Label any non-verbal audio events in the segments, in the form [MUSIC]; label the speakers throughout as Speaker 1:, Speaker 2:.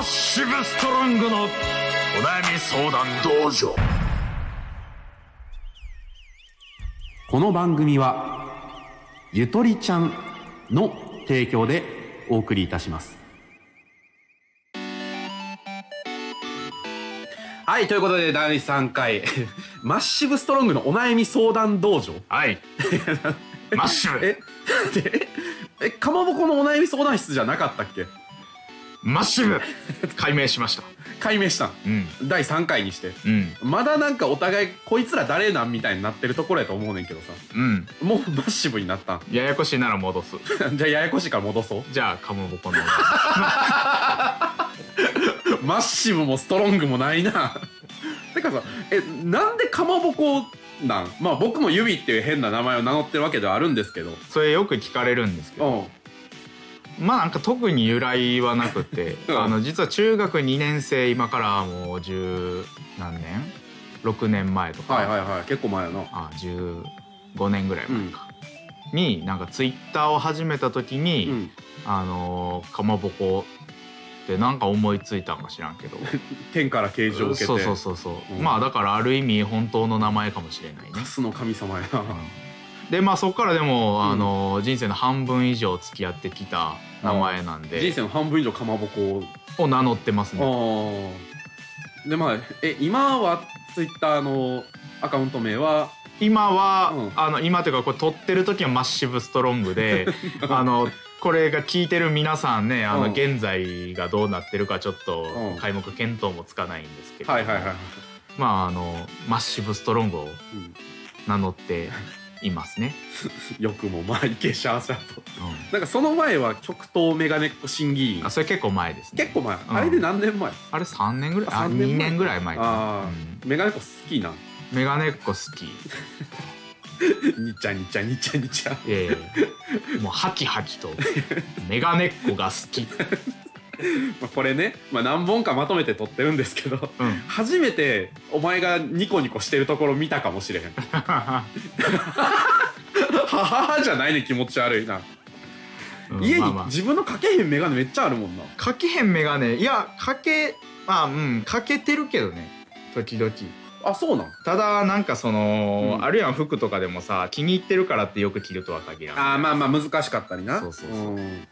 Speaker 1: ッシブストロングのお悩み相談道場
Speaker 2: この番組はゆとりちゃんの提供でお送りいたしますはいということで第3回 [LAUGHS] マッシブストロングのお悩み相談道場
Speaker 1: [LAUGHS] はいマッシブ
Speaker 2: えでえかまぼこのお悩み相談室じゃなかったっけ
Speaker 1: マッシブ解明しました
Speaker 2: 解明したん
Speaker 1: うん
Speaker 2: 第3回にして
Speaker 1: うん
Speaker 2: まだなんかお互いこいつら誰なんみたいになってるところやと思うねんけどさ
Speaker 1: うん
Speaker 2: もうマッシブになったん [LAUGHS]
Speaker 1: ややこしいなら戻す
Speaker 2: じゃあややこしいから戻そう
Speaker 1: じゃあかまぼこの
Speaker 2: マッシブもストロングもないな。 [LAUGHS] てかさ、え、なんでかまぼこなんまあ僕もユビっていう変な名前を名乗ってるわけではあるんですけど。
Speaker 1: それよく聞かれるんですけ
Speaker 2: う
Speaker 1: ど
Speaker 2: ん。
Speaker 1: まあなんか特に由来はなく [LAUGHS] て
Speaker 2: うん
Speaker 1: あの実は中学2年生今からもう十何年6年前とか、
Speaker 2: はいはいはい。結構前やな。
Speaker 1: あ15年ぐらい前か、になんかツイッターを始めた時に、
Speaker 2: うん。
Speaker 1: あのーかまぼこってなんか思いついたんか知らん
Speaker 2: [LAUGHS]
Speaker 1: けど
Speaker 2: 天から形状を受けて。
Speaker 1: そうそうそうそう、
Speaker 2: うん
Speaker 1: まあだからある意味本当の名前かもしれないね
Speaker 2: カ、スの神様やな。
Speaker 1: うんでまあそっからでも、あのー人生の半分以上付き合ってきた名前なん
Speaker 2: 人
Speaker 1: で、
Speaker 2: 生の半分以上かまぼこ
Speaker 1: を名乗ってますね
Speaker 2: を。ああ。で、まあ、え、今はツイッターのアカウント名は、
Speaker 1: 今は、
Speaker 2: うん
Speaker 1: あの今というかこれ撮ってる時はマッシブストロングであのこれが聞いてる皆さんねあの、
Speaker 2: うん
Speaker 1: 現在がどうなってるかちょっと
Speaker 2: うん
Speaker 1: 皆目見当もつかないんですけど、
Speaker 2: はいはいはいはい。
Speaker 1: まああのマッシブストロングを
Speaker 2: うん
Speaker 1: 名乗っていますね。
Speaker 2: よくもまあ、いけしゃあしゃあと。
Speaker 1: う
Speaker 2: なんかその前は極東メガネっ子審議員
Speaker 1: ん、あ。それ結構前ですね。
Speaker 2: 結構前、
Speaker 1: ん
Speaker 2: あれで何年前
Speaker 1: あれ3年ぐらい
Speaker 2: あ
Speaker 1: あ
Speaker 2: 3
Speaker 1: 2
Speaker 2: 年前
Speaker 1: 年ぐらい前かな。
Speaker 2: あー
Speaker 1: うん
Speaker 2: メガネっ子好きなん
Speaker 1: メガネっ子好き。
Speaker 2: にちゃにちゃにちゃにちゃ
Speaker 1: え [LAUGHS] えもうハキハキとメガネっ子が好き。
Speaker 2: まあこれね、まあ、何本かまとめて撮ってるんですけど
Speaker 1: うん。 [LAUGHS]
Speaker 2: 初めてお前がニコニコしてるところ見たかもしれへんはははじゃないね気持ち悪いな、
Speaker 1: うん
Speaker 2: 家に
Speaker 1: まあまあ
Speaker 2: 自分のかけへんメガネめっちゃあるもんな
Speaker 1: かけへんメガネいやかけまあうんかけてるけどね時々
Speaker 2: あそうなん
Speaker 1: ただなんかその、
Speaker 2: うん
Speaker 1: あるいは服とかでもさ気に入ってるからってよく着るとは限らない
Speaker 2: あーまあまあ難しかったりな
Speaker 1: そうそうそうん
Speaker 2: で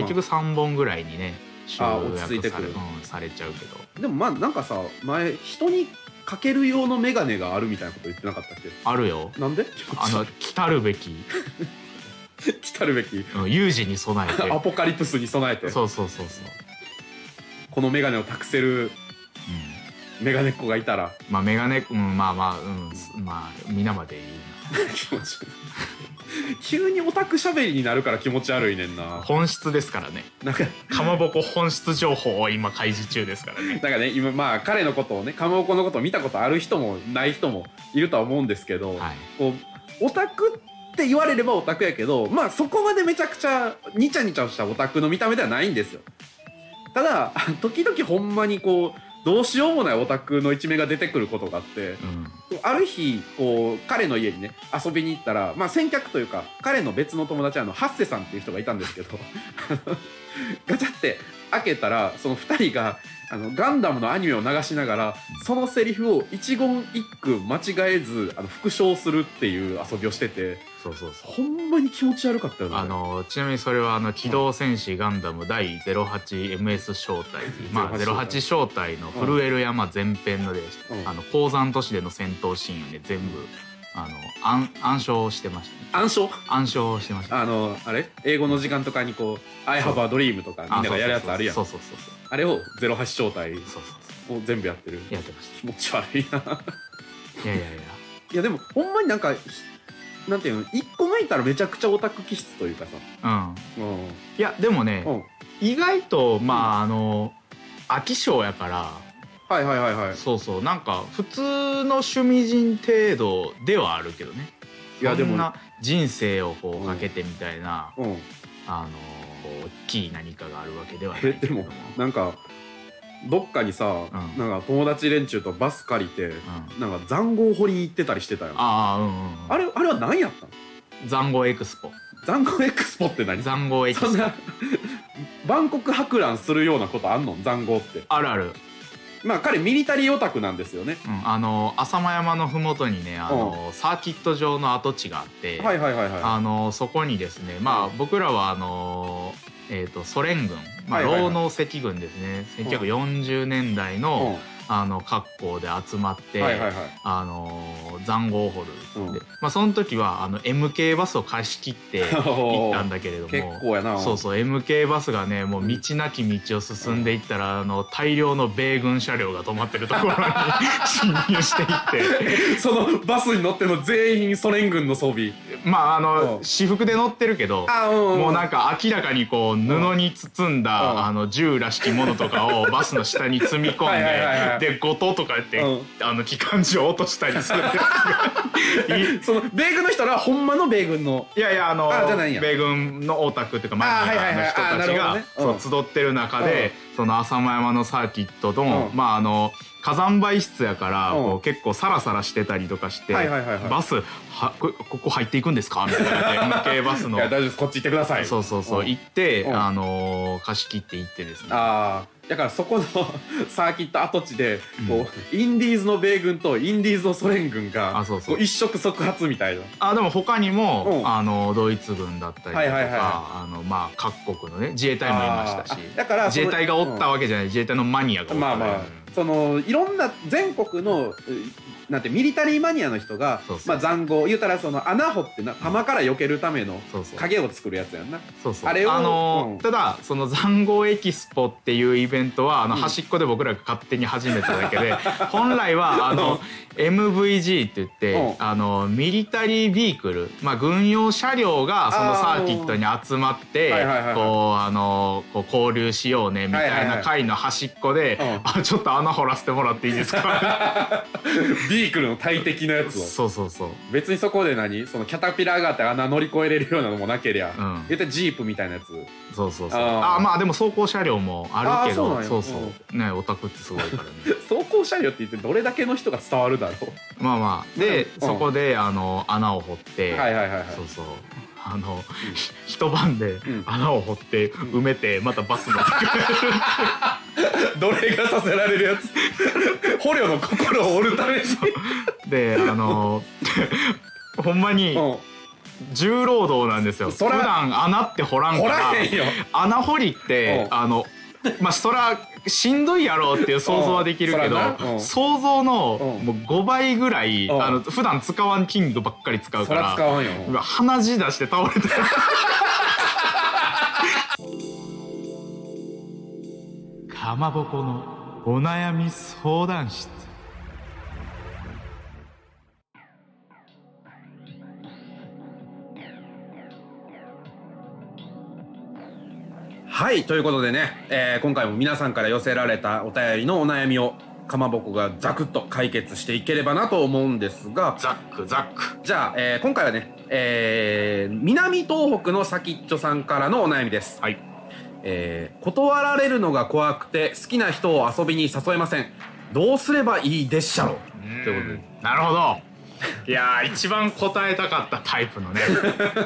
Speaker 1: 結局3本ぐらいにね集
Speaker 2: あー落ち着いて
Speaker 1: さ
Speaker 2: く
Speaker 1: れ,、
Speaker 2: る
Speaker 1: うん、されちゃうけど
Speaker 2: まあでもまあなんかさ前人にかける用のメガネがあるみたいなこと言ってなかったっけ
Speaker 1: あるよ
Speaker 2: なんで気持
Speaker 1: あ
Speaker 2: ち
Speaker 1: の
Speaker 2: 悪
Speaker 1: [LAUGHS] 来たるべき、
Speaker 2: い来たるべき
Speaker 1: うん、有事に備えて
Speaker 2: アポカリプスに備えて
Speaker 1: そうそうそうそう、
Speaker 2: このメガネを託せる
Speaker 1: う
Speaker 2: メガネっ子がいたら
Speaker 1: ん、まあメガネうんまあまあうんすまあ皆までいい
Speaker 2: 気持ち悪い急にオタクしゃべりになるから気持ち悪いねん
Speaker 1: な
Speaker 2: な
Speaker 1: 本質ですからね
Speaker 2: なんか
Speaker 1: かまぼこ本質情報を今開示中ですからね
Speaker 2: なんかね今まあ彼のことをねかまぼこのことを見たことある人もない人もいるとは思うんですけど、
Speaker 1: はい
Speaker 2: こうオタクって言われればオタクやけどまあそこまでめちゃくちゃニチャニチャしたオタクの見た目ではないんですよただ時々ほんまにこうどうしようもないオタクの一面が出てくることがあって、
Speaker 1: うん
Speaker 2: ある日こう彼の家にね遊びに行ったら、まあ、先客というか彼の別の友達あのハッセさんっていう人がいたんですけど [LAUGHS] ガチャって開けたらその2人があのガンダムのアニメを流しながらそのセリフを一言一句間違えずあの復唱するっていう遊びをしてて
Speaker 1: そうそうそう
Speaker 2: ほんまに気持ち悪かったよね
Speaker 1: あのちなみにそれはあの「機動戦士ガンダム第 08MS 招待」まあ、08招待の「震える山」前編ので、
Speaker 2: うん
Speaker 1: あの鉱山都市での戦闘シーンで全部あの暗暗唱してましたね
Speaker 2: 暗唱
Speaker 1: 暗唱してました
Speaker 2: あのあれ英語の時間とかにこう「I have a dream」とかみんながやるやつあるやん
Speaker 1: そうそうそうそう
Speaker 2: あれを08招待
Speaker 1: そうそうそうそ
Speaker 2: を全部やってる
Speaker 1: うやってまし
Speaker 2: 気持ち悪いな
Speaker 1: たいやいやいや
Speaker 2: いやでもほんまになんかひなんていうの一個抜いたらめちゃくちゃオタク気質というかさ
Speaker 1: うん
Speaker 2: うん
Speaker 1: いやでもね、
Speaker 2: うん
Speaker 1: 意外とまああの飽き性やから
Speaker 2: はいはいはいはい
Speaker 1: そうそうなんか普通の趣味人程度ではあるけどね
Speaker 2: いやで
Speaker 1: そん
Speaker 2: も
Speaker 1: な人生をこうかけてみたいな、
Speaker 2: うん
Speaker 1: あのこう大きい何かがあるわけではない
Speaker 2: え
Speaker 1: けれ
Speaker 2: で
Speaker 1: ども
Speaker 2: もなんかどっかにさ、
Speaker 1: ん
Speaker 2: なんか友達連中とバス借りて
Speaker 1: うん、あ
Speaker 2: なんか塹壕掘りに行ってたりしてたよあ
Speaker 1: あうんうんうん
Speaker 2: れあれは何やったの
Speaker 1: 残酷エクスポ
Speaker 2: 残酷エクスポって何
Speaker 1: 残酷エキ
Speaker 2: そん
Speaker 1: ス
Speaker 2: な万国博覧するようなことあんの残酷って
Speaker 1: あるある、
Speaker 2: まあ彼ミリタリーオタクなんですよね
Speaker 1: うん、あの浅間山の麓にねあの、サーキット場の跡地があって、
Speaker 2: はいはいはいは
Speaker 1: あのそこにですねまあ、
Speaker 2: うん
Speaker 1: 僕らはあの、えー、とソ連軍、まあ
Speaker 2: はいはいはい
Speaker 1: 労農赤軍ですね1940年代
Speaker 2: い
Speaker 1: の,、
Speaker 2: う
Speaker 1: あの各校で集まって、
Speaker 2: んはいはいはい
Speaker 1: あの塹壕を掘るで、
Speaker 2: うん
Speaker 1: まあ、その時はあの MK バスを貸し切
Speaker 2: [LAUGHS]
Speaker 1: って行ったんだけれども
Speaker 2: 結構やな
Speaker 1: そうそう MK バスがねもう道なき道を進んでいったら、あの大量の米軍車両が止まってるところに [LAUGHS] 侵入していっ
Speaker 2: そのバスに乗っての全員ソ連軍の装備
Speaker 1: てまああの、
Speaker 2: うん
Speaker 1: 私服で乗ってるけど
Speaker 2: あうん
Speaker 1: もうなん
Speaker 2: か
Speaker 1: か明らかにこう布に包んだ、
Speaker 2: うん
Speaker 1: あの銃らしきものとかをバスの下に積み込
Speaker 2: はいはいはいは
Speaker 1: ん
Speaker 2: い
Speaker 1: でで後藤とかやって、
Speaker 2: うん
Speaker 1: あの機関銃を落としたりするやつが
Speaker 2: [LAUGHS]
Speaker 1: い
Speaker 2: その米軍の人らはほんまの米軍の
Speaker 1: いやいやあの
Speaker 2: あじゃないんや
Speaker 1: 米軍のオタクっていうかマ
Speaker 2: あ
Speaker 1: ニ
Speaker 2: はいは
Speaker 1: ア
Speaker 2: い
Speaker 1: の
Speaker 2: はい
Speaker 1: 人た
Speaker 2: あ
Speaker 1: ちが
Speaker 2: なるほどね
Speaker 1: そう集ってる中で、その浅間山のサーキットの、
Speaker 2: うん
Speaker 1: まああの火山灰質やから、
Speaker 2: うん
Speaker 1: こう結構サラサラしてたりとかして、
Speaker 2: はいはいはいはい
Speaker 1: バスはこここ入っていくんですかみたいな感じで MK バス
Speaker 2: い
Speaker 1: の
Speaker 2: や大丈夫ですこっち行ってください
Speaker 1: そうそうそう、
Speaker 2: ん
Speaker 1: 行って、
Speaker 2: うん
Speaker 1: あのー貸し切って行ってですね
Speaker 2: ああだからそこのサーキット跡地で
Speaker 1: うん
Speaker 2: こう、インディーズの米軍とインディーズのソ連軍が
Speaker 1: あそうそう
Speaker 2: こ一触即発みたいな
Speaker 1: あでも他にも、
Speaker 2: うん
Speaker 1: あのドイツ軍だったりとか、
Speaker 2: はいはいはいはい
Speaker 1: あのまあ各国のね自衛隊もいましたし
Speaker 2: あーだからそ
Speaker 1: 自
Speaker 2: の
Speaker 1: 衛隊がおったわけじゃない、自衛隊のマニアがおった
Speaker 2: まあ
Speaker 1: わけ
Speaker 2: まあそのいろんな全国のうなんてミリタリーマニアの人が
Speaker 1: そうそう
Speaker 2: まあ、塹壕言うたらその穴掘ってな弾から避けるための
Speaker 1: そうそう
Speaker 2: 影を作るやつやんな
Speaker 1: そうそう
Speaker 2: あれを
Speaker 1: のー
Speaker 2: うん
Speaker 1: ただその塹壕エキスポっていうイベントはあの
Speaker 2: うん
Speaker 1: 端っこで僕らが勝手に始めただけ
Speaker 2: [LAUGHS]
Speaker 1: で、本来はあの MVG って言って、
Speaker 2: うん
Speaker 1: あのミリタリービークル、まあ、軍用車両がそのサーキットに集まって
Speaker 2: あーうんはいはいはいはい
Speaker 1: こうあのこう交流しようねみた
Speaker 2: はい
Speaker 1: い
Speaker 2: はいは
Speaker 1: ない会の端っこで「
Speaker 2: うん
Speaker 1: あちょっと穴掘らせてもらっていいですか?
Speaker 2: [LAUGHS] ビークルの大敵のや」つを
Speaker 1: [LAUGHS] そうそうそう。
Speaker 2: 別にそこで何そのキャタピラーがあって穴乗り越えれるようなのもなけりゃ、
Speaker 1: うん
Speaker 2: 言ったらジープみたいなやつ
Speaker 1: そうそうそう
Speaker 2: あー
Speaker 1: あまあでも走行車両もあるけ
Speaker 2: あーそうなん
Speaker 1: ど
Speaker 2: や
Speaker 1: そうそうねオタクってすごいからね
Speaker 2: 走行車両って言ってどれだけの人が伝わるだろ
Speaker 1: まあまあで、
Speaker 2: うん
Speaker 1: そこであの穴を掘っ
Speaker 2: う、
Speaker 1: て、
Speaker 2: はいはいはいはい
Speaker 1: そうそうあの、一晩で
Speaker 2: ん
Speaker 1: 穴を掘って埋めて、またバス乗って
Speaker 2: [LAUGHS]
Speaker 1: くれる
Speaker 2: 奴隷がさせられるやつ捕虜の心を折るために
Speaker 1: であの [LAUGHS] ほんまに
Speaker 2: う
Speaker 1: 重労働なんですよ普
Speaker 2: そら
Speaker 1: 段穴って掘ら
Speaker 2: ん
Speaker 1: ん
Speaker 2: 掘
Speaker 1: からら
Speaker 2: へんよ
Speaker 1: 穴掘りって
Speaker 2: うん
Speaker 1: あのまあそらしんどいやろうっていう想像はできるけど
Speaker 2: うんそらなうん
Speaker 1: 想像の
Speaker 2: うん
Speaker 1: もう5倍ぐらい
Speaker 2: うん
Speaker 1: あの普段使わん筋肉ばっかり使う
Speaker 2: そ
Speaker 1: からら
Speaker 2: 使わんよ
Speaker 1: うわ鼻血出して倒れてるかまぼこのお悩み相談室
Speaker 2: はいということでね、えー今回も皆さんから寄せられたお便りのお悩みをかまぼこがザクッと解決していければなと思うんですが
Speaker 1: ザックザック
Speaker 2: じゃあ、えー今回はね、えー南東北の先っちょさんからのお悩みです、
Speaker 1: はい
Speaker 2: えー断られるのが怖くて好きな人を遊びに誘えませんどうすればいいでっしゃろう
Speaker 1: と
Speaker 2: ということで
Speaker 1: なるほどいやー一番答えたかったタイプの [LAUGHS] ね、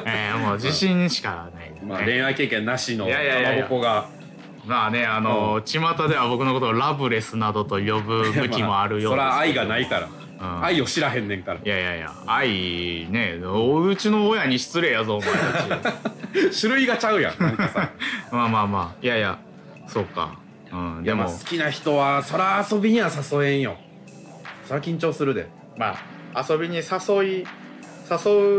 Speaker 1: えーもう自信しかない、ね
Speaker 2: まあ、恋愛経験なしの
Speaker 1: い
Speaker 2: か
Speaker 1: やいやいやいや
Speaker 2: まぼこが
Speaker 1: まあねあのー巷では僕のことをラブレスなどと呼ぶ向きもあるよう
Speaker 2: ま
Speaker 1: ですけど、
Speaker 2: そら愛がないから、
Speaker 1: うん
Speaker 2: 愛を知らへんねんから
Speaker 1: いやいやいや愛ねおうちの親に失礼やぞお前たち
Speaker 2: 種類がちゃうやんなんか
Speaker 1: [LAUGHS]
Speaker 2: さ
Speaker 1: まあまあまあいやいやそうか、うん、で
Speaker 2: でも
Speaker 1: も
Speaker 2: 好きな人はそら遊びには誘えんよそら緊張するで
Speaker 1: まあ遊びに誘い誘う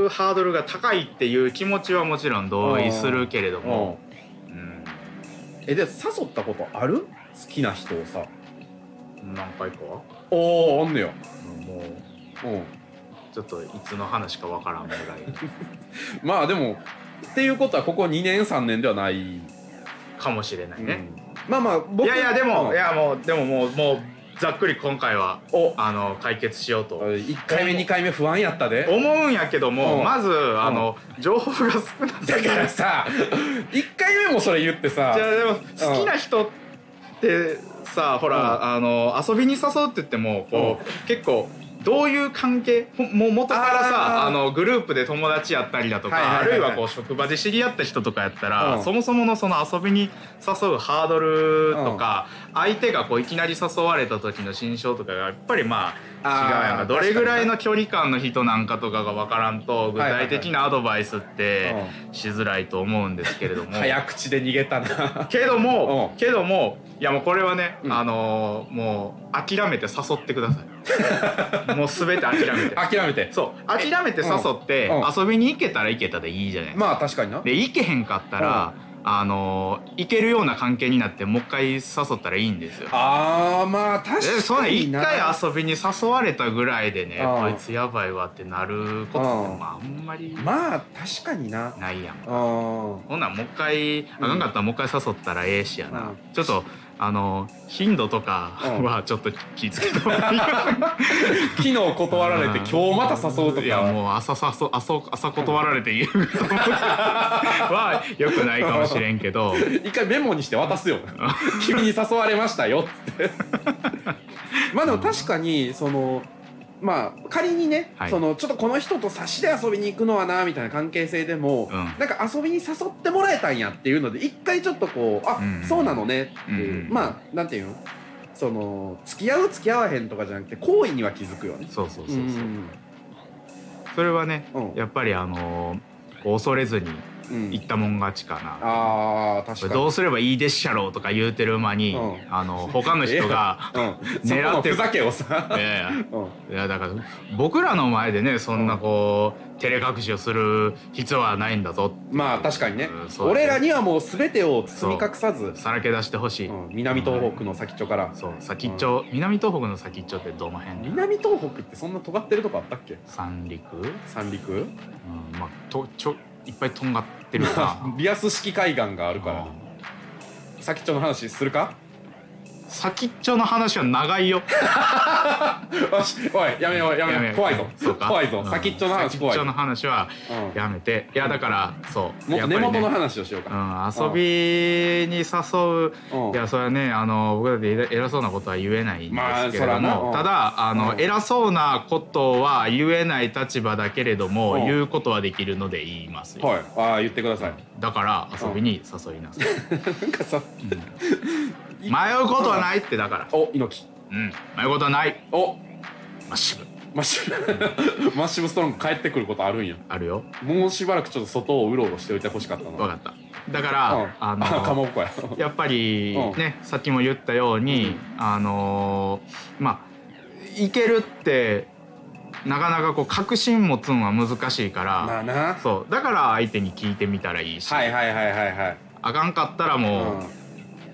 Speaker 1: ハードルが高いっていう気持ちはもちろん同意するけれども、
Speaker 2: う
Speaker 1: うん、
Speaker 2: んえで誘ったことある好きな人をさ
Speaker 1: 何回かは
Speaker 2: おおあんねよ
Speaker 1: もう
Speaker 2: うん
Speaker 1: ちょっといつの話かわからんぐらい
Speaker 2: まあでもっていうことはここ2年3年ではない、
Speaker 1: かもしれないね、
Speaker 2: まあまあ僕
Speaker 1: いやいやでも、
Speaker 2: うん
Speaker 1: いやもうでももうもうざっくり今回は
Speaker 2: お
Speaker 1: あの解決しようと
Speaker 2: 1回目2回目不安やったで
Speaker 1: 思うんやけども、
Speaker 2: うん
Speaker 1: まずあの、情報が少なす
Speaker 2: だ
Speaker 1: ぎ
Speaker 2: か
Speaker 1: る
Speaker 2: らさ1回目もそれ言ってさ
Speaker 1: じゃあでも好きな人ってさほら、あの遊びに誘うって言ってもこう、結構どういう関係ほもう元からさ
Speaker 2: あー
Speaker 1: あのグループで友達やったりだとか、
Speaker 2: はいはいはいはい
Speaker 1: あるいはこう職場で知り合った人とかやったら、
Speaker 2: うん
Speaker 1: そもそものその遊びに誘うハードルとか、相手がこういきなり誘われた時の心象とかがやっぱりまあ違うやん
Speaker 2: あ
Speaker 1: か
Speaker 2: ー
Speaker 1: どれぐらいの距離感の人なんかとかが分からんと具
Speaker 2: はいはいはい
Speaker 1: 体的なアドバイスって
Speaker 2: う
Speaker 1: しづらいと思うんですけれども。
Speaker 2: 早口で逃げたな
Speaker 1: けども、
Speaker 2: うん
Speaker 1: けどもいやもうこれはね、
Speaker 2: うん
Speaker 1: あのーもう諦めて誘ってくださ
Speaker 2: [LAUGHS]
Speaker 1: いもう全て諦めて
Speaker 2: 諦めて
Speaker 1: そう諦めて誘って、
Speaker 2: うんうん
Speaker 1: 遊びに行けたら行けたでいいじゃない、
Speaker 2: まあ確かにな
Speaker 1: で行けへんかったら、あのー行けるような関係になってもう一回誘ったらいいんですよ
Speaker 2: あーまあ
Speaker 1: で
Speaker 2: 確
Speaker 1: そん
Speaker 2: か
Speaker 1: な
Speaker 2: に
Speaker 1: 一
Speaker 2: な
Speaker 1: 回遊びに誘われたぐらいでね
Speaker 2: うん
Speaker 1: こいつやばいわってなることって
Speaker 2: うん
Speaker 1: まああんまり
Speaker 2: まあ確かにな
Speaker 1: ないやん
Speaker 2: うん
Speaker 1: ほんならもう一回あかんかったらもう一回誘ったらええしやな、
Speaker 2: うん
Speaker 1: ちょっとあの頻度とか
Speaker 2: うん
Speaker 1: はちょっと気ぃつけた方
Speaker 2: [LAUGHS]
Speaker 1: がいい
Speaker 2: 昨日断られて今日また誘うとか
Speaker 1: いやもう朝さそ朝朝断られて言うはよくないかもしれんけど
Speaker 2: 一回メモにして渡すよ君に誘われましたよっつってまあでも確かにそのまあ仮にね、
Speaker 1: はい
Speaker 2: そのちょっとこの人と差しで遊びに行くのはなみたいな関係性で
Speaker 1: う
Speaker 2: も、
Speaker 1: ん
Speaker 2: なんか遊びに誘ってもらえたんやっていうので一回ちょっとこうあ、
Speaker 1: うん
Speaker 2: そうなのねっていう、
Speaker 1: うん
Speaker 2: まあなんていうのその付き合う付き合わへんとかじゃなくて行為には気づくよね。
Speaker 1: そうそうそうそ
Speaker 2: う
Speaker 1: う、
Speaker 2: ん
Speaker 1: それはね
Speaker 2: うん
Speaker 1: やっぱりあのこう恐れずに
Speaker 2: うん
Speaker 1: 行ったもん勝ちかな。
Speaker 2: あー確
Speaker 1: これ
Speaker 2: かに
Speaker 1: どうすればいいでっしゃろうとか言うてる間に、
Speaker 2: うん、
Speaker 1: あの他の人が
Speaker 2: [LAUGHS] うん、そこ
Speaker 1: 狙
Speaker 2: の
Speaker 1: って
Speaker 2: ふざけをさ、
Speaker 1: ええ
Speaker 2: うん、
Speaker 1: いやだから僕らの前でねそんなこう、照れ隠しをする必要はないんだぞ
Speaker 2: まあ確かにね、
Speaker 1: うんそうだね
Speaker 2: 俺らにはもう全てを包み隠さず、
Speaker 1: さらけ出してほしい、
Speaker 2: うん南東北の先っちょから、
Speaker 1: そう先っちょ、南東北の先っちょってどの辺
Speaker 2: 南東北ってそんな尖ってるとこあったっけ
Speaker 1: 三陸、うん
Speaker 2: 三陸
Speaker 1: まあとちょいっぱいとんがってる
Speaker 2: [LAUGHS]
Speaker 1: か
Speaker 2: リアス式海岸がある
Speaker 1: ら
Speaker 2: から
Speaker 1: うん
Speaker 2: 先っちょの話するか [LAUGHS]
Speaker 1: 先っちょの話は長いよ
Speaker 2: よしおいやめようやめよう怖いぞ
Speaker 1: そうか
Speaker 2: 怖いぞ、
Speaker 1: うん
Speaker 2: 先っちょの話怖
Speaker 1: 先っ
Speaker 2: い
Speaker 1: ちょの話は
Speaker 2: うん
Speaker 1: やめていやだからそう
Speaker 2: もっ
Speaker 1: やっぱ
Speaker 2: と根
Speaker 1: りね
Speaker 2: 元の話をしよう
Speaker 1: う
Speaker 2: か、
Speaker 1: ん、遊びに誘う
Speaker 2: うん
Speaker 1: いやそれはねあの僕だって偉偉そうなことは言えないんですけれども、
Speaker 2: まあそらなうん
Speaker 1: ただあの、
Speaker 2: うん
Speaker 1: 偉そうなことは言えない立場だけれども、
Speaker 2: うん
Speaker 1: 言うことはできるので言いますよ、
Speaker 2: はいああ言ってください [LAUGHS]
Speaker 1: だから遊びに誘いなさい、
Speaker 2: なんかさ
Speaker 1: うん迷うことはないってだから、
Speaker 2: お猪木
Speaker 1: うん、迷うことはない
Speaker 2: お
Speaker 1: マッシブ
Speaker 2: マッシュ [LAUGHS] マッシブストロング帰ってくることあるんや
Speaker 1: あるよ
Speaker 2: もうしばらくちょっと外をうろうろしておいてほしかったな
Speaker 1: 分かっただから、
Speaker 2: うん
Speaker 1: あ
Speaker 2: あ [LAUGHS] か
Speaker 1: の
Speaker 2: まぼこや
Speaker 1: やっぱり
Speaker 2: うん
Speaker 1: ね、さっきも言ったように、
Speaker 2: うん
Speaker 1: あのまあいけるってなかなかこう確信持つんは難しいから、
Speaker 2: まあな
Speaker 1: そうだから相手に聞いてみたらいいし、
Speaker 2: はいはいはいはいはい
Speaker 1: あかんかったらも
Speaker 2: うん
Speaker 1: う、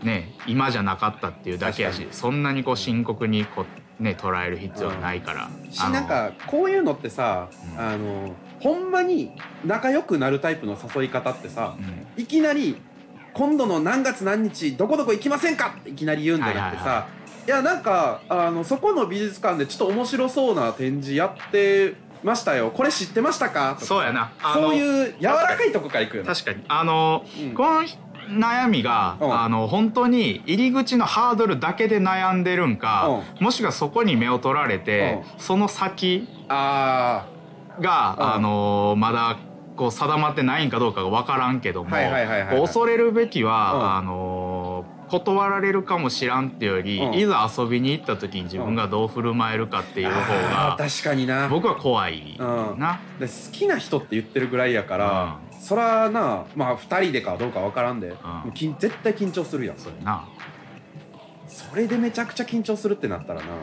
Speaker 1: ね今じゃなかったっていうだけや
Speaker 2: 確
Speaker 1: し
Speaker 2: か
Speaker 1: そんなにこう深刻にこう、ね、捉える必要はないから、
Speaker 2: し
Speaker 1: あの
Speaker 2: なんかこういうのってさ、
Speaker 1: うん
Speaker 2: あのほんまに仲良くなるタイプの誘い方ってさ
Speaker 1: うん
Speaker 2: いきなり「今度の何月何日どこどこ行きませんか?」っていきなり言うんじゃなくてさ、
Speaker 1: はい
Speaker 2: やなんかあのそこの美術館でちょっと面白そうな展示やってましたよこれ知ってましたかとか
Speaker 1: そうやなあの
Speaker 2: そういう柔らかいとこから行くよね
Speaker 1: 確かにあの
Speaker 2: うん
Speaker 1: この悩みが、
Speaker 2: うん
Speaker 1: あの本当に入り口のハードルだけで悩んでるんか、もしくはそこに目を取られて、その先
Speaker 2: あ
Speaker 1: が、
Speaker 2: うん
Speaker 1: あのまだこう定まってないんかどうかが分からんけども、
Speaker 2: はいはいはいはいはい
Speaker 1: こう恐れるべきは、
Speaker 2: うん
Speaker 1: あの断られるかもしらんってより、
Speaker 2: うん
Speaker 1: いざ遊びに行った時に自分がどう振る舞えるかって
Speaker 2: ー
Speaker 1: いう方が
Speaker 2: あー確かにな
Speaker 1: 僕は怖いな。
Speaker 2: で好きな人って言ってるぐらいやから、そらなまあ2人でかどうかわからんで、もう緊絶対緊張するやん
Speaker 1: そうやな、
Speaker 2: それでめちゃくちゃ緊張するってなったらな、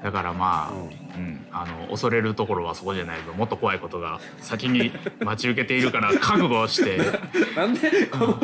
Speaker 1: うん、だからまあ、
Speaker 2: う
Speaker 1: うんんあの恐れるところはそこじゃないぞもっと怖いことが先に待ち受けている [LAUGHS] から覚悟して。
Speaker 2: なんでこのお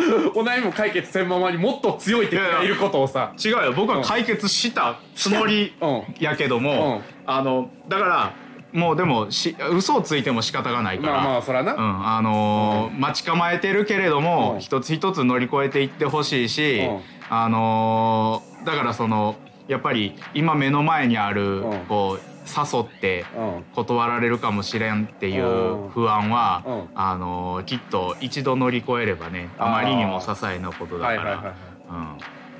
Speaker 2: 悩みも解決せんままにもっと強い敵がいることをさ
Speaker 1: 違うよ僕は解決したつもり
Speaker 2: うん
Speaker 1: やけど
Speaker 2: う
Speaker 1: も、
Speaker 2: ん
Speaker 1: あのだからもうでもし嘘をついても仕方がないから、
Speaker 2: まあまあそらな、
Speaker 1: うんあのー待ち構えてるけれども、
Speaker 2: うん
Speaker 1: 一つ一つ乗り越えていってほしいし、
Speaker 2: うん
Speaker 1: あのーだからそのやっぱり今目の前にある、
Speaker 2: うん
Speaker 1: こう誘って
Speaker 2: うん
Speaker 1: 断られるかもしれんってい
Speaker 2: うん
Speaker 1: う不安は、
Speaker 2: うん
Speaker 1: あのーきっと一度乗り越えればねあまりにも些細なことだか
Speaker 2: はいはいはいは
Speaker 1: ら
Speaker 2: い
Speaker 1: うん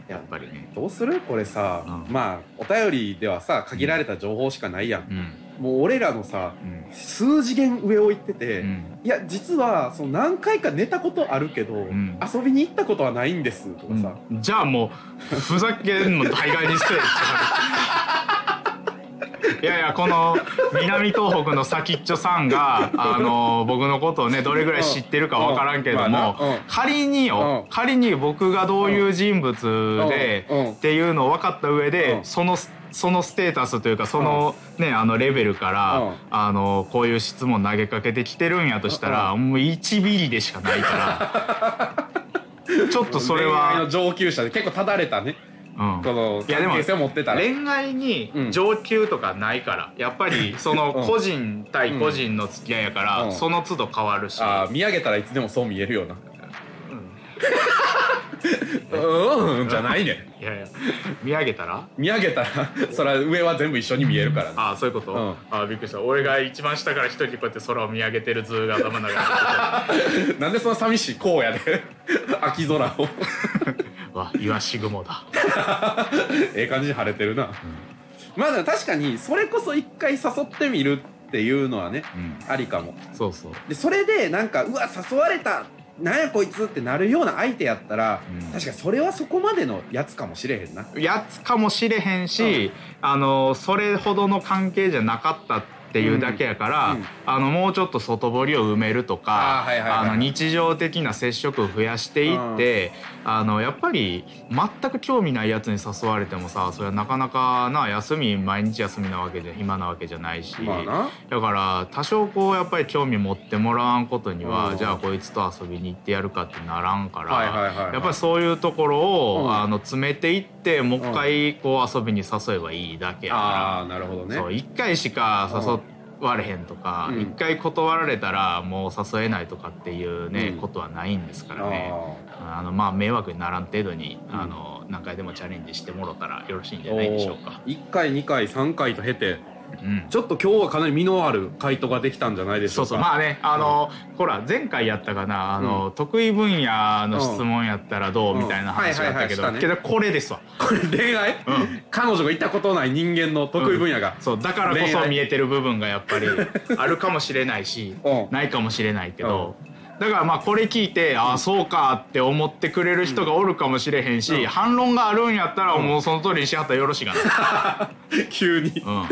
Speaker 1: やっぱりね
Speaker 2: どうするこれさ、
Speaker 1: うん
Speaker 2: まあお便りではさ限られた情報しかないやん、
Speaker 1: うん
Speaker 2: もう俺らのさ
Speaker 1: うん
Speaker 2: 数次元上を行ってて、
Speaker 1: うん
Speaker 2: いや実はその何回か寝たことあるけど、
Speaker 1: ん
Speaker 2: 遊びに行ったことはないんですとかさ、
Speaker 1: うんじゃあもうふざけんの大概に失礼いやいやこの南東北の先っちょさんがあの僕のことをねどれぐらい知ってるか分からんけれど
Speaker 2: うんま
Speaker 1: も
Speaker 2: あなうん
Speaker 1: 仮によ
Speaker 2: うん
Speaker 1: 仮に僕がどういう人物で
Speaker 2: うんうん
Speaker 1: っていうのを分かった上
Speaker 2: う
Speaker 1: で
Speaker 2: ん
Speaker 1: そのそのステータスというかそのねあのレベルか
Speaker 2: うん
Speaker 1: らあのこういう質問投げかけてきてるんやとしたらもう1ミリでしかないから
Speaker 2: [LAUGHS]
Speaker 1: ちょっとそれ
Speaker 2: 恋愛
Speaker 1: は
Speaker 2: の上級者で結構ただれたね
Speaker 1: うん
Speaker 2: この
Speaker 1: いやで
Speaker 2: 関
Speaker 1: も
Speaker 2: 係性を持ってたら
Speaker 1: 恋愛に上級とかないから、やっぱりその
Speaker 2: うん
Speaker 1: 個人対個人の付き合いやから、
Speaker 2: うん
Speaker 1: その都度変わるし、
Speaker 2: あー見上げたらいつでもそう見えるような
Speaker 1: うん
Speaker 2: うん [LAUGHS] じゃないね
Speaker 1: いやいや見上げたら
Speaker 2: 見上げたらそれは上は全部一緒に見えるからね
Speaker 1: ああそういうこと、
Speaker 2: うん
Speaker 1: ああびっくりした俺が一番下から一人こうやって空を見上げてる図が頭の中にあ
Speaker 2: なんでそんな寂しい荒野で [LAUGHS] 秋空を
Speaker 1: る [LAUGHS] わイワシ雲だ
Speaker 2: ええ感じに晴れてるな、まあでも確かにそれこそ一回誘ってみるっていうのはね
Speaker 1: うん
Speaker 2: ありかも
Speaker 1: そうそう
Speaker 2: でそれでなんかうわ誘われたなんやこいつってなるような相手やったら、
Speaker 1: うん
Speaker 2: 確かにそれはそこまでのやつかもしれへんな
Speaker 1: やつかもしれへんし、あのそれほどの関係じゃなかったっていうだけやから、
Speaker 2: うんうん
Speaker 1: あのもうちょっと外堀を埋めると
Speaker 2: あ
Speaker 1: か
Speaker 2: ーはいはいはい
Speaker 1: あの日常的な接触を増やしていって、あのやっぱり全く興味ないやつに誘われてもさそれはなかなかな休み毎日休みなわけじゃ暇なわけじゃないし、
Speaker 2: まあな
Speaker 1: だから多少こうやっぱり興味持ってもらわんことには、
Speaker 2: うん
Speaker 1: じゃあこいつと遊びに行ってやるかってならんから、
Speaker 2: はいはいはいはい
Speaker 1: やっぱりそういうところを、
Speaker 2: うん
Speaker 1: あの詰めていってもう一回こう遊びに誘えばいいだけや
Speaker 2: あ
Speaker 1: か
Speaker 2: あなるほど
Speaker 1: ら、
Speaker 2: ね
Speaker 1: そう一回しか誘われへんとか
Speaker 2: うん
Speaker 1: 一、回断られたらもう誘えないとかっていうね、
Speaker 2: うん
Speaker 1: ことはないんですからね
Speaker 2: あ
Speaker 1: あのまあ迷惑にならん程度に、
Speaker 2: うん
Speaker 1: あの何回でもチャレンジしてもろたらよろしいんじ
Speaker 2: ー
Speaker 1: ゃないでしょうか。
Speaker 2: おー1回2回3回と経て
Speaker 1: うん
Speaker 2: ちょっと今日はかなり身のある回答ができたんじゃないでし
Speaker 1: そ
Speaker 2: ょ
Speaker 1: う
Speaker 2: うか
Speaker 1: そうまあねあの、ほら前回やったかなあの、得意分野の質問やったらどう、
Speaker 2: うん
Speaker 1: みたいな話
Speaker 2: うん
Speaker 1: やったけど、
Speaker 2: はいはいはいした
Speaker 1: けどこれですわ
Speaker 2: これ恋愛、
Speaker 1: ん
Speaker 2: 彼女が行ったことない人間の得意分野が、
Speaker 1: そうだからこ
Speaker 2: 恋
Speaker 1: そ
Speaker 2: 愛
Speaker 1: 見えてる部分がやっ
Speaker 2: [LAUGHS]
Speaker 1: ぱりあるかもしれないし、
Speaker 2: うん
Speaker 1: ないかもしれないけど、だからまあこれ聞いてああそうかって思ってくれる人がおるかもしれへんし、
Speaker 2: うん
Speaker 1: 反論があるんやったら
Speaker 2: うん
Speaker 1: もうその通りにしはったらよろしいかな。
Speaker 2: [LAUGHS] 急に、
Speaker 1: うん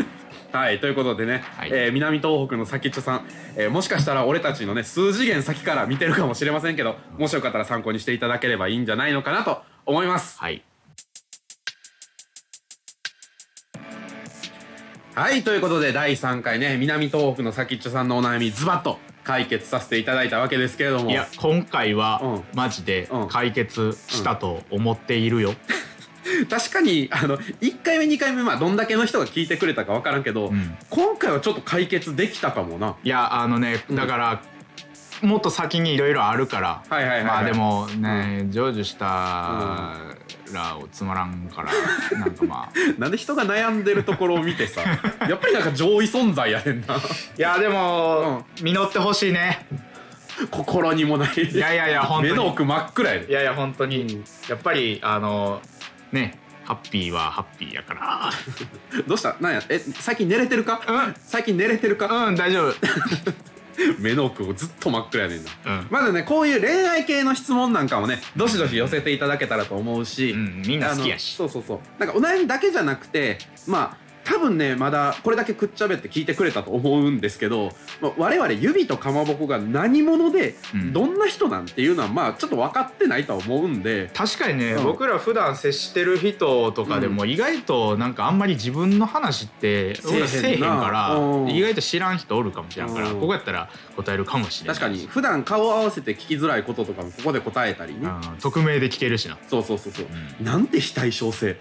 Speaker 2: はいということでね、
Speaker 1: はい
Speaker 2: えー南東北の先っちょさん、えーもしかしたら俺たちのね数次元先から見てるかもしれませんけどもしよかったら参考にしていただければいいんじゃないのかなと思います
Speaker 1: はい
Speaker 2: はいということで第3回ね南東北の先っちょさんのお悩みズバッと解決させていただいたわけですけれども
Speaker 1: いや今回は
Speaker 2: う
Speaker 1: マジで
Speaker 2: うん
Speaker 1: 解決したと思っているよ。
Speaker 2: 確かにあの1回目2回目まあどんだけの人が聞いてくれたか分からんけど、
Speaker 1: うん
Speaker 2: 今回はちょっと解決できたかもない
Speaker 1: やあのね
Speaker 2: ん
Speaker 1: だから、もっと先にいろいろあるから、
Speaker 2: はいはいはいはい
Speaker 1: まあでもね、成就したらつまらん
Speaker 2: [LAUGHS]
Speaker 1: から、なんかまあ
Speaker 2: [LAUGHS] なんで人が悩んでるところを見てさやっぱりなんか上位存在やねんない
Speaker 1: やでも、実ってほしいね
Speaker 2: 心にもない
Speaker 1: いやいやいや本
Speaker 2: 目
Speaker 1: 当
Speaker 2: の
Speaker 1: に
Speaker 2: 奥真っ暗や
Speaker 1: い
Speaker 2: で
Speaker 1: やいや本当に、
Speaker 2: うん
Speaker 1: やっぱりあのねハッピーはハッピーやか
Speaker 2: どうしたなんやえ最近寝れてるか、
Speaker 1: うん
Speaker 2: 最近寝れてるから
Speaker 1: うん大丈夫
Speaker 2: 目の奥をずっと真っ暗やねんな、
Speaker 1: うん
Speaker 2: まだねこういう恋愛系の質問なんかもねどしどし寄せていただけたらと思うし、
Speaker 1: うんみんな好きやし
Speaker 2: あのそうそうそうなんかお悩みだけじゃなくてまあ多分ねまだこれだけくっちゃべって聞いてくれたと思うんですけど、まあ、我々指とかまぼこが何者で
Speaker 1: うん
Speaker 2: どんな人なんていうのはまあちょっと分かってないとは思うんで、
Speaker 1: 確かにね、
Speaker 2: うん
Speaker 1: 僕ら普段接してる人とかでも意外となんかあんまり自分の話って
Speaker 2: せえへん
Speaker 1: 俺
Speaker 2: な
Speaker 1: らせえへんから
Speaker 2: うん
Speaker 1: 意外と知らん人おるかもしれんから
Speaker 2: うん
Speaker 1: ここやったら答えるかもしれない
Speaker 2: 確かに普段顔を合わせて聞きづらいこととかもここで答えたりね、
Speaker 1: うん匿名で聞けるしな
Speaker 2: そうそうそうそう、なんて非対称性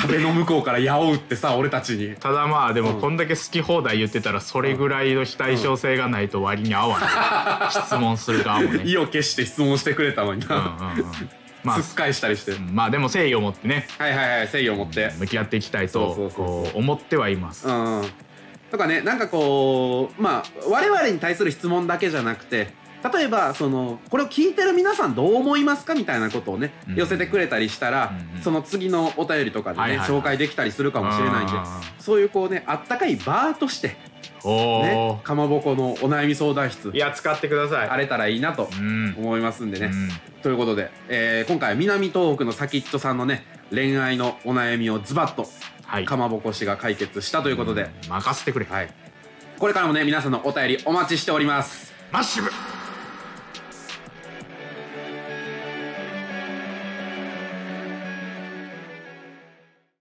Speaker 2: 壁の向こうから矢を打ってさ俺たちに
Speaker 1: ただまあで
Speaker 2: う
Speaker 1: も
Speaker 2: ん
Speaker 1: こんだけ好き放題言ってたらそれぐらいの非対称性がないと割に合わ
Speaker 2: [LAUGHS]
Speaker 1: ない質問する側もね
Speaker 2: 意を決して質問してくれたのに
Speaker 1: うんうんう
Speaker 2: な、
Speaker 1: んまあ
Speaker 2: すっかりしたりして、
Speaker 1: うんまあでも誠意を持ってね
Speaker 2: はいはいはい誠意を持って、
Speaker 1: 向き合っていきたい
Speaker 2: そ
Speaker 1: と
Speaker 2: うそうそう
Speaker 1: こ
Speaker 2: そう
Speaker 1: う思ってはいます
Speaker 2: うんとかねなんかこうまあ我々に対する質問だけじゃなくて例えばそのこれを聞いてる皆さんどう思いますかみたいなことをね、
Speaker 1: うん
Speaker 2: 寄せてくれたりしたら、
Speaker 1: うん
Speaker 2: その次のお便りとかでね、
Speaker 1: はいはいはい
Speaker 2: 紹介できたりするかもしれないんで
Speaker 1: あ
Speaker 2: そういうこうねあったかいバーとして、
Speaker 1: ーおー
Speaker 2: ね、かまぼこのお悩み相談室
Speaker 1: いや使ってください
Speaker 2: 荒れたらいいなと
Speaker 1: うん
Speaker 2: 思いますんでね。
Speaker 1: うん
Speaker 2: ということで、えー今回は南東北の先っちょさんのね恋愛のお悩みをズバッと
Speaker 1: はい
Speaker 2: かまぼこ氏が解決したと
Speaker 1: と
Speaker 2: いうことで、
Speaker 1: 任せてくれ
Speaker 2: はい、これからもね皆さんのお便りお待ちしております
Speaker 1: マッシブ